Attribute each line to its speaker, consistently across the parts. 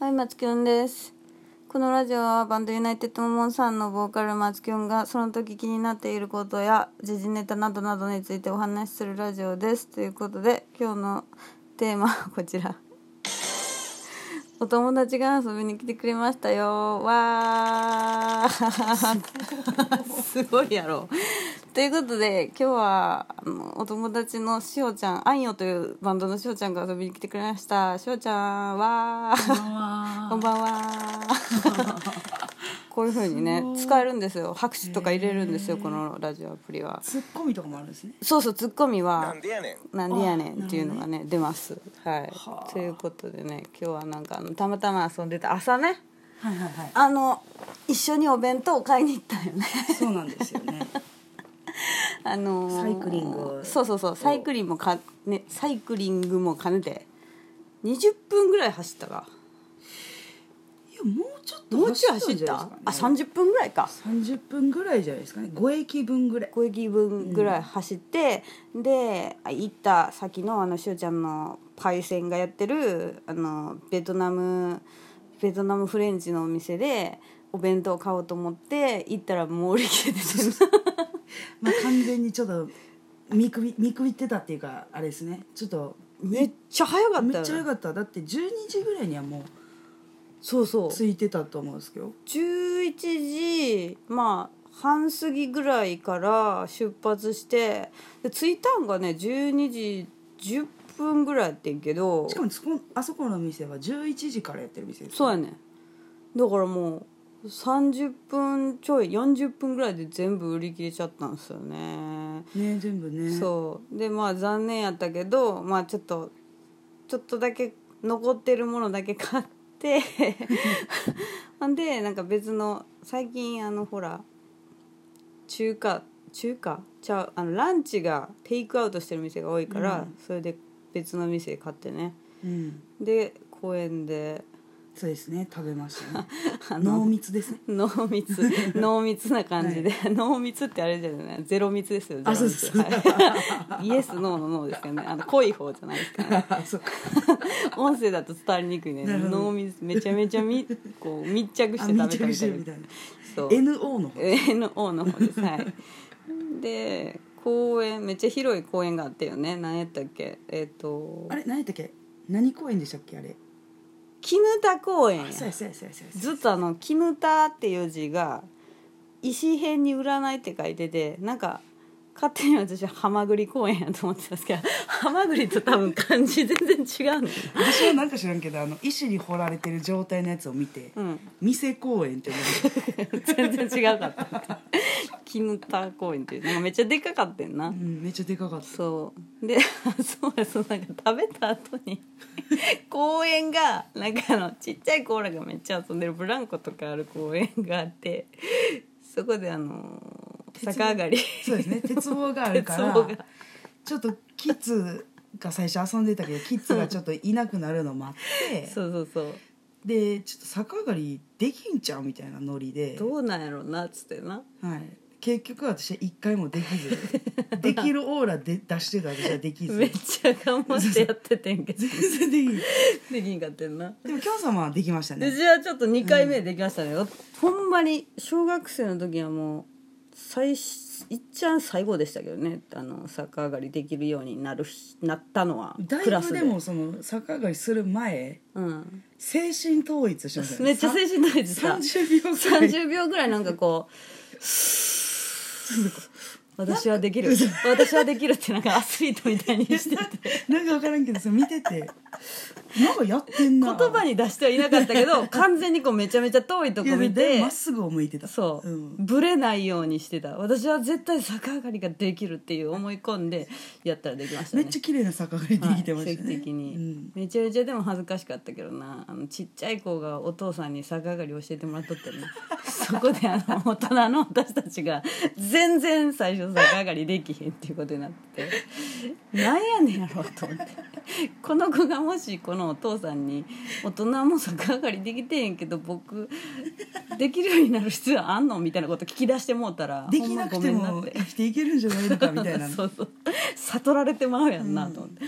Speaker 1: はい、松きゅんです。このラジオはバンドユナイテッドモモンさんのボーカル松きゅんがその時気になっていることや時事ネタなどなどについてお話しするラジオです。ということで今日のテーマはこちら。お友達が遊びに来てくれましたよ。わーすごいやろ。ということで今日はあのお友達のしおちゃんあんよというバンドのしおちゃんが遊びに来てくれましたしおちゃんわー
Speaker 2: こんばんは
Speaker 1: こんばんは。 こういう風にね
Speaker 2: すごい
Speaker 1: 使えるんですよ。拍手とか入れるんですよ
Speaker 2: へー
Speaker 1: このラジオアプリは。
Speaker 2: ツッコミとかもあるんですね
Speaker 1: そうそうツッコミは
Speaker 3: なんでやねん。
Speaker 1: なんでやねんっていうのがね出ます。はい
Speaker 2: は。あ
Speaker 1: ということでね今日はなんかあのたまたま遊んでた朝ね
Speaker 2: はいはいは
Speaker 1: あの一緒にお弁当を買いに行ったよ ね。
Speaker 2: いそうなんですよね
Speaker 1: あのー
Speaker 2: サイクリングを
Speaker 1: そうそうそうサイクリングもかねサイクリングも兼ねて20分ぐらい走ったが
Speaker 2: いやもうちょっと
Speaker 1: もうちょい走ったあ
Speaker 2: 三十
Speaker 1: 30分ぐらいか。
Speaker 2: 三十分ぐらいじゃないですかね五駅分ぐらい
Speaker 1: 5駅分ぐらい走って、で行った先のあのしおちゃんのパイセンがやってるあのベトナムベトナムフレンチのお店でお弁当買おうと思って行ったらもう売り切れてて
Speaker 2: まあ完全にちょっ と見くび見くびってたっていうかあれですねちょっと
Speaker 1: めっちゃ早かったよね
Speaker 2: めっちゃ良かっただって12時ぐらいにはも
Speaker 1: そうそう
Speaker 2: うついてたと思うんですけど
Speaker 1: 11時まあ半過ぎぐらいから出発してで着いたんがね12時10分ぐらいやってんけど
Speaker 2: しかもそこあそこの店は11時からやってる店です
Speaker 1: そうやねだからもう30分ちょい40分ぐらいで全部売り切れちゃったんですよね
Speaker 2: ね全部ね
Speaker 1: そうでまあ残念やったけどまあちょっとちょっとだけ残ってるものだけ買って ほんでなんか別の最近あのほら中華中華ちゃうあのランチがテイクアウトしてる店が多いから、
Speaker 2: うん
Speaker 1: それで別の店で買ってね
Speaker 2: う、ん、
Speaker 1: で公園で
Speaker 2: そうですね食べました ね
Speaker 1: あ
Speaker 2: 濃
Speaker 1: の
Speaker 2: 密ですね
Speaker 1: 濃密濃密な感じで、濃密ってあれじゃないゼロ密ですよゼロ
Speaker 2: あ
Speaker 1: 密
Speaker 2: そうです
Speaker 1: はい、イエスノーのノーですよねあの濃い方じゃないですから、ね、
Speaker 2: あそうか
Speaker 1: 音声だと伝わりにくいね
Speaker 2: なるほど
Speaker 1: 濃密めちゃめちゃみこう密着して
Speaker 2: あ
Speaker 1: 食べた
Speaker 2: 密着
Speaker 1: み
Speaker 2: した
Speaker 1: い
Speaker 2: てる
Speaker 1: な
Speaker 2: みたいな
Speaker 1: そう
Speaker 2: NO の方
Speaker 1: NO の方ですはいで公園めっちゃ広い公園があったよね何やったっけえっ、と
Speaker 2: あれ何やったっけ何公園でしたっけあれ
Speaker 1: 絹田公園や
Speaker 2: そうやそうやそうやそうや
Speaker 1: ずっとあの「絹田」っていう字が石辺に占いって書いててなんか勝手に私はハマグリ公園やと思ってたんですけどハマグリと多分漢字全然違うね、
Speaker 2: 私はなんか知らんけどあの石に掘られてる状態のやつを見て、
Speaker 1: うん、
Speaker 2: 店公園って思って
Speaker 1: 全然違うかった絹田公園っていうなんかめっちゃでかかってん な、
Speaker 2: うんめっちゃでかかった
Speaker 1: そうでそうやそうなんか食べた後に公園がなんかあのちっちゃいコーラがめっちゃ遊んでるブランコとかある公園があってそこであのー
Speaker 2: 棒
Speaker 1: 逆上がり
Speaker 2: そうですね 鉄棒があるから
Speaker 1: 鉄棒が
Speaker 2: ちょっとキッズが最初遊んでたけどキッズがちょっといなくなるのもあって
Speaker 1: そうそうそう
Speaker 2: でちょっと逆上がりできんちゃうみたいなノリで、
Speaker 1: どうなんやろうなっつってな
Speaker 2: はい、結局私は一回もできず できるオーラで出してた私はできず
Speaker 1: めっちゃ頑張ってやっててん けど
Speaker 2: 全然できん
Speaker 1: できんかってんな
Speaker 2: でもきょん様はできました
Speaker 1: で
Speaker 2: ね
Speaker 1: じゃあちょっと2回目できましたね、ほんまに小学生の時はもう最しいっちゃん最後でしたけどねあの逆上がりできるようになる日なったのは
Speaker 2: だ
Speaker 1: ク
Speaker 2: い
Speaker 1: ラ
Speaker 2: ぶ
Speaker 1: スで
Speaker 2: でもその逆上がりする前
Speaker 1: うん、
Speaker 2: 精神統一してましたね
Speaker 1: めっちゃ精神統一さ
Speaker 2: 30秒くらい
Speaker 1: 30秒ぐらいなんかこう「 私はできる私はできる」ってなんかアスリートみたいにしてて
Speaker 2: なんか分からんけどそれ見ててなんかやってんな
Speaker 1: 言葉に出してはいなかったけ ど完全にこうめちゃめちゃ遠いと
Speaker 2: い
Speaker 1: こ
Speaker 2: や
Speaker 1: 見
Speaker 2: でも
Speaker 1: て
Speaker 2: まっすぐを向いてた
Speaker 1: そう、
Speaker 2: ん、
Speaker 1: ブレないようにしてた私は絶対逆上がりができるっていう思い込んでやったらできました
Speaker 2: め
Speaker 1: ね
Speaker 2: っちゃ綺麗な逆上がりできてま
Speaker 1: はい
Speaker 2: し
Speaker 1: 奇
Speaker 2: た
Speaker 1: 跡
Speaker 2: ね、
Speaker 1: 的に、
Speaker 2: うん
Speaker 1: めちゃめちゃでも恥ずかしかったけどなあのちっちゃい子がお父さんに逆上がり教えてもらっとってね そこであの大人の私たちが全然最初逆上がりできへんっていうことになってなんやねんやろうと思ってこの子がもしこのお父さんに大人も逆上がりできてへんけど僕できるようになる必要あんのみたいなこと聞き出してもうたら
Speaker 2: できなくて
Speaker 1: ほんまごめんなっ
Speaker 2: も
Speaker 1: て
Speaker 2: 生きていける んじゃないのかみたいな
Speaker 1: そうそう悟られてまうやんなと思って、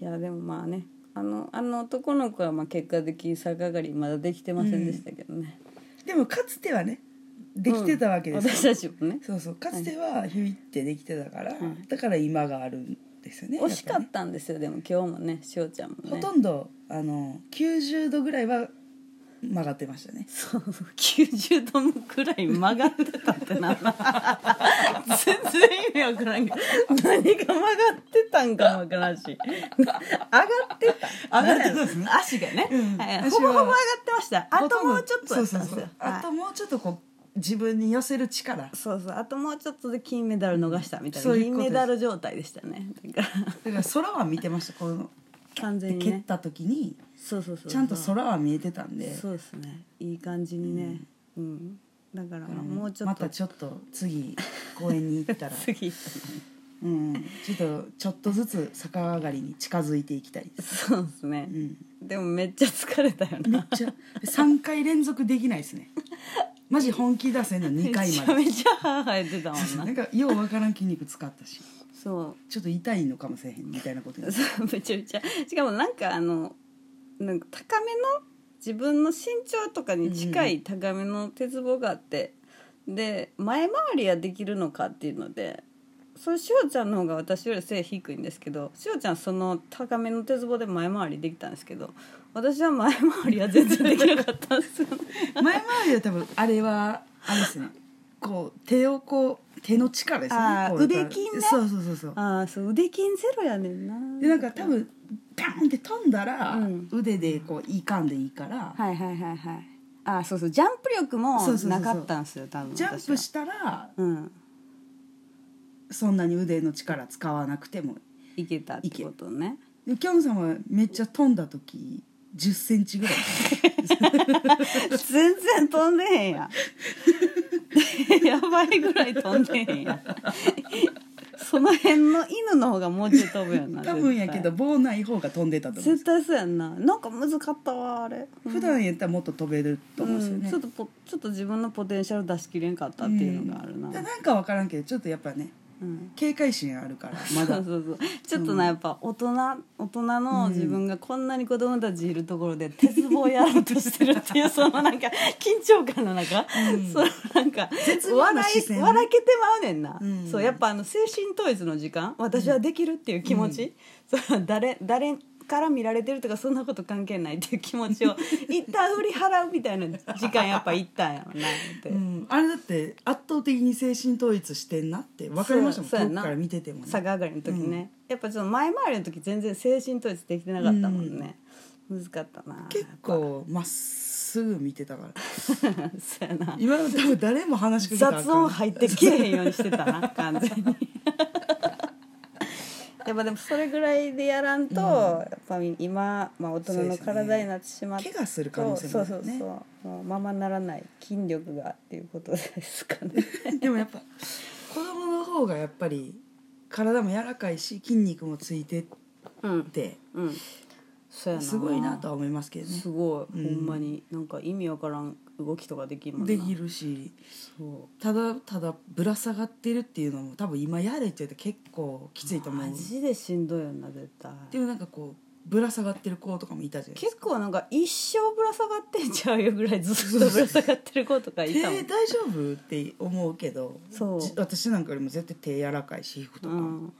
Speaker 1: いやでもまあねあのあの男の子はまあ結果的に逆上がりまだできてませんでしたけどね、
Speaker 2: でもかつてはねできてたわけですよ、
Speaker 1: 私たちもね
Speaker 2: そうそうかつてはひゅいってできてたから、
Speaker 1: はい
Speaker 2: だから今があるんですよね
Speaker 1: 惜しか
Speaker 2: やぱり
Speaker 1: ったんですよでも今日もねしおちゃんもね
Speaker 2: ねほとんどあの90度ぐらいは曲がってましたね
Speaker 1: そう90度くらい曲がってたってな全然意味わからんけど何が曲がってたんかもわからんし上がってた
Speaker 2: 上がってたんですね
Speaker 1: 足がね、
Speaker 2: うん
Speaker 1: はい、
Speaker 2: 足は
Speaker 1: ほぼほぼ上がってましたあ
Speaker 2: ほ
Speaker 1: と
Speaker 2: とんど
Speaker 1: もうちょっとだったんですよ
Speaker 2: そうそうそう
Speaker 1: はい
Speaker 2: あともうちょっとこう自分に寄せる力
Speaker 1: そうそうあともうちょっとで金メダル逃したみたいな
Speaker 2: そういう
Speaker 1: 銀
Speaker 2: ことです
Speaker 1: メダル状態でしたねだから
Speaker 2: だから空は見てましたこの
Speaker 1: 完全に
Speaker 2: 蹴っ
Speaker 1: ね
Speaker 2: た時に
Speaker 1: そうそうそう
Speaker 2: ちゃんと空は見えてたんで
Speaker 1: そうですねいい感じにねうん、だからまあもうちょっ
Speaker 2: ま
Speaker 1: と、
Speaker 2: たちょっと次公園に 行ったら
Speaker 1: 次
Speaker 2: うんちょっとちょっとずつ逆上がりに近づいていきたいです、
Speaker 1: そうですね
Speaker 2: う、ん、
Speaker 1: でもめっちゃ疲れたよ
Speaker 2: めっ
Speaker 1: な
Speaker 2: ちゃ3回連続できないですねマジ本気出せんの2回
Speaker 1: めち
Speaker 2: ま
Speaker 1: ゃ
Speaker 2: で
Speaker 1: めちゃ歯生えてたもん
Speaker 2: な
Speaker 1: なん
Speaker 2: かようわからん筋肉使ったし
Speaker 1: そ
Speaker 2: ちょっと痛いのかもしれへんみたいなこと
Speaker 1: う そうめちゃめちゃしかもなんかあのなんか高めの自分の身長とかに近い高めの鉄棒があって、で前回りはできるのかっていうのでそれしおちゃんの方が私より背低いんですけどしおちゃんその高めの鉄棒で前回りできたんですけど私は前回りは全然できなかったん ですよね
Speaker 2: 前回りは多分あれはあれですねこう手をこう手の力ですね
Speaker 1: あー
Speaker 2: こう
Speaker 1: 腕筋ね
Speaker 2: そうそうそうそう
Speaker 1: ああそう腕筋ゼロやねんな
Speaker 2: でなんか多分パーンって飛んだら、
Speaker 1: うん
Speaker 2: 腕でこういかんでいいから、
Speaker 1: はいはいはいはいあそうそうジャンプ力も
Speaker 2: そうそうそ
Speaker 1: な
Speaker 2: うそう
Speaker 1: かったんですよ多分
Speaker 2: ジャン
Speaker 1: 私は
Speaker 2: プしたら
Speaker 1: うん
Speaker 2: そんなに腕の力使わなくても
Speaker 1: いけたってことね
Speaker 2: でキョンさんはめっちゃ飛んだ時1 0セン チぐらい
Speaker 1: 全然飛んでへんや んやばいぐらい飛んでへんやんその辺の犬の方がもうちょい飛ぶよな
Speaker 2: 多分やけど
Speaker 1: 絶
Speaker 2: 棒ない方が飛んでたと
Speaker 1: 対
Speaker 2: 思う
Speaker 1: 絶
Speaker 2: んで
Speaker 1: 対そうやんななんか難かったわあれ
Speaker 2: す普段やったらもっと飛べると思うんですよね、
Speaker 1: うんちょっとポちょっと自分のポテンシャル出しきれんかったっていうのがあるな、
Speaker 2: うんでなんか分からんけどちょっとやっぱね
Speaker 1: うん、
Speaker 2: 警戒心ある からまだ
Speaker 1: そうそうそうちょっとな、やっぱ大人大人の自分がこんなに子供たちいるところで鉄棒やろうとしてるっていうそのなん か緊張感の中、そのなんか
Speaker 2: 絶妙な
Speaker 1: 笑
Speaker 2: 視線
Speaker 1: い笑けてまうねんな、
Speaker 2: うん
Speaker 1: そうやっぱあの精神統一の時間私はできるっていう気持ち、その誰誰から見られてるとかそんなこと関係ないっていう気持 ちを一旦振り払うみたいな時間やっぱいったんやろなって、
Speaker 2: うん、あれだって圧倒的に精神統一してんなって分かりましたもん
Speaker 1: そうそう
Speaker 2: 遠
Speaker 1: や
Speaker 2: く
Speaker 1: な
Speaker 2: から見てても、ね、
Speaker 1: 逆上がりの時ね、やっぱちょっと前回りの時全然精神統一できてなかったもんね、難かったな
Speaker 2: 結構まっすぐ見てたから
Speaker 1: そうやな
Speaker 2: 今の多分誰も話しかけたらあ
Speaker 1: 雑
Speaker 2: かん
Speaker 1: 音入ってけえへんようにしてたな完全に やっぱでもそれぐらいでやらんと、やっぱ今、まあ、大人の体になってしまって、
Speaker 2: 怪我する可能性もある
Speaker 1: そう
Speaker 2: よ
Speaker 1: そう
Speaker 2: ね
Speaker 1: そうもうままならない筋力がっていうことですかね
Speaker 2: でもやっぱ子供の方がやっぱり体も柔らかいし筋肉もついてっ
Speaker 1: うん
Speaker 2: て
Speaker 1: うんそうやな
Speaker 2: すごいなとは思いますけどね
Speaker 1: すごい、
Speaker 2: うん
Speaker 1: ほんまになんか意味わからん動きとかできるもんな
Speaker 2: できるし
Speaker 1: そ
Speaker 2: ただただぶら下がってるっていうのも多分今やれって言うと結構きついうと思う
Speaker 1: マジでしんどいよな絶対
Speaker 2: でもなんかこうぶら下がってる子とかもいたじゃないですか
Speaker 1: 結構なんか一生ぶら下がってんちゃうよぐらいずっとぶら下がってる子とかい
Speaker 2: 手
Speaker 1: たもん、
Speaker 2: 大丈夫って思うけど
Speaker 1: そう
Speaker 2: じ私なんかよりも絶対手柔らかいし皮膚と
Speaker 1: う
Speaker 2: か、
Speaker 1: ん、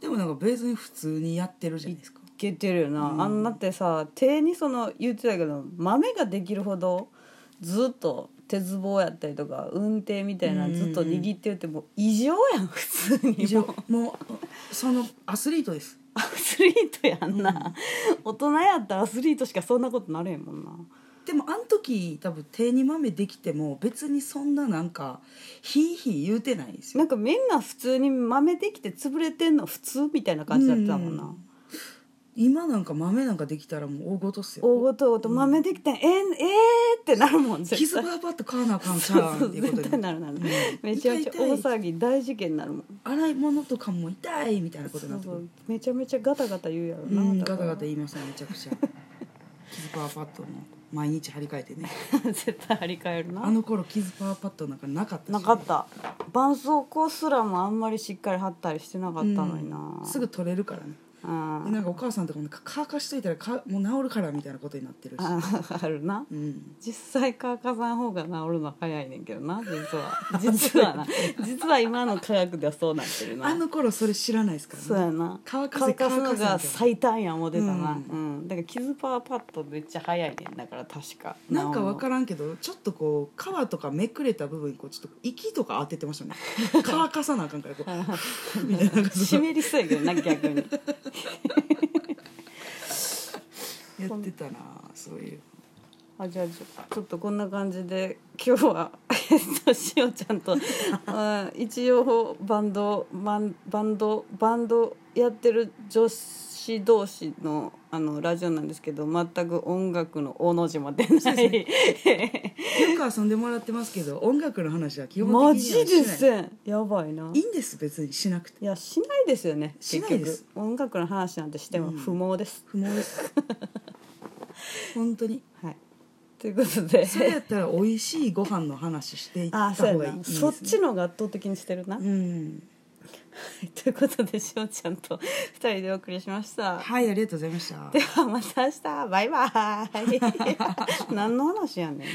Speaker 2: でもなんか別に普通にやってるじゃないですか
Speaker 1: いけてるよな、あんなってさ手にその言ってたけど豆ができるほどずっと鉄棒やったりとか運転みたいなのずっと握ってるってもう異常やん普通に
Speaker 2: 以
Speaker 1: もう
Speaker 2: 上もうそのアスリートです
Speaker 1: アスリートやんな、大人やったらアスリートしかそんなことなれへんもんな
Speaker 2: でもあの時多分手に豆できても別にそんななんかヒーヒー言うてないです
Speaker 1: な
Speaker 2: よ
Speaker 1: んかみんな普通に豆できて潰れてんの普通みたいな感じだったもんな、
Speaker 2: うん今なんか豆なんかできたらもう大ごとっす
Speaker 1: 大
Speaker 2: よ
Speaker 1: ごと大ごと豆できてん、えー、えーってなるもん絶対
Speaker 2: 傷ばばっと買わなあかんち
Speaker 1: そ
Speaker 2: ゃ
Speaker 1: う
Speaker 2: う
Speaker 1: そ
Speaker 2: んっ
Speaker 1: う
Speaker 2: ていうこ
Speaker 1: 絶
Speaker 2: と
Speaker 1: 対
Speaker 2: に
Speaker 1: なるなる、
Speaker 2: ん
Speaker 1: めちゃめちゃ大
Speaker 2: 痛い
Speaker 1: 騒ぎ大事件になるもん
Speaker 2: 洗い物とかも痛いみたいなことに
Speaker 1: そ
Speaker 2: なっ
Speaker 1: う
Speaker 2: て
Speaker 1: そ
Speaker 2: くる
Speaker 1: うめちゃめちゃガタガタ言うやろ
Speaker 2: う
Speaker 1: な、
Speaker 2: ん、
Speaker 1: だ
Speaker 2: ガ
Speaker 1: か
Speaker 2: タ
Speaker 1: ら
Speaker 2: ガタ言いましためちゃく ちゃキズパワーパッドも毎日張り替えてね
Speaker 1: 絶対張り替える
Speaker 2: あ
Speaker 1: な
Speaker 2: の頃キズパワーパッドなんかなかったし
Speaker 1: なかった絆創膏すらもあんまりしっかり貼ったりしてなかったのにな、
Speaker 2: すぐ取れるからね
Speaker 1: うん
Speaker 2: でなんかお母さんとかもなんか乾かしといたらかもう治るからみたいなことになってるし、
Speaker 1: ああるな
Speaker 2: うん、
Speaker 1: 実際川川さん方が治るの早いねんけどな実 は実はな実は今の科学ではそうなってるな
Speaker 2: あの頃それ知らないですからね
Speaker 1: そうやな
Speaker 2: 乾かせ
Speaker 1: 乾かすの
Speaker 2: 乾か
Speaker 1: が
Speaker 2: せみたいな
Speaker 1: 最短や思うてたな、う
Speaker 2: うん
Speaker 1: だからキズパワーパッドめっちゃ早いねんだから確か
Speaker 2: なんか分かららんけどちょっとこう皮とかめくれた部分にこうちょっと息とか当ててま したね乾かさなあかんからこ うみたいななんかそ
Speaker 1: 湿
Speaker 2: う
Speaker 1: りそうやけどな逆に
Speaker 2: やってたなそういう
Speaker 1: あじゃあちょちょっとこんな感じで今日はえっとしおちゃん とあ一応バンドバンバンドバンドやってる女子同士のあのラジオなんですけど全く音楽の大の字も出ない。
Speaker 2: よく遊んでもらってますけど音楽の話は基本
Speaker 1: マ
Speaker 2: 的には
Speaker 1: ジ
Speaker 2: しな
Speaker 1: で
Speaker 2: い
Speaker 1: せんやばいない
Speaker 2: いんです別にしなくて
Speaker 1: いやしないですよね
Speaker 2: しないで
Speaker 1: 結
Speaker 2: す
Speaker 1: 局音楽の話なんてしても不毛です、
Speaker 2: 不毛です 本当に
Speaker 1: はいということで
Speaker 2: それやったら美味しいご飯の話していっ
Speaker 1: あ
Speaker 2: た
Speaker 1: そうや
Speaker 2: 方
Speaker 1: な
Speaker 2: がいいです、ね、
Speaker 1: そっちの方が圧倒的にしてるな、
Speaker 2: うん
Speaker 1: ということでしおちゃんと2人でお送りしました、
Speaker 2: はいありがとうございました
Speaker 1: ではまた明日バイバイ何の話やねん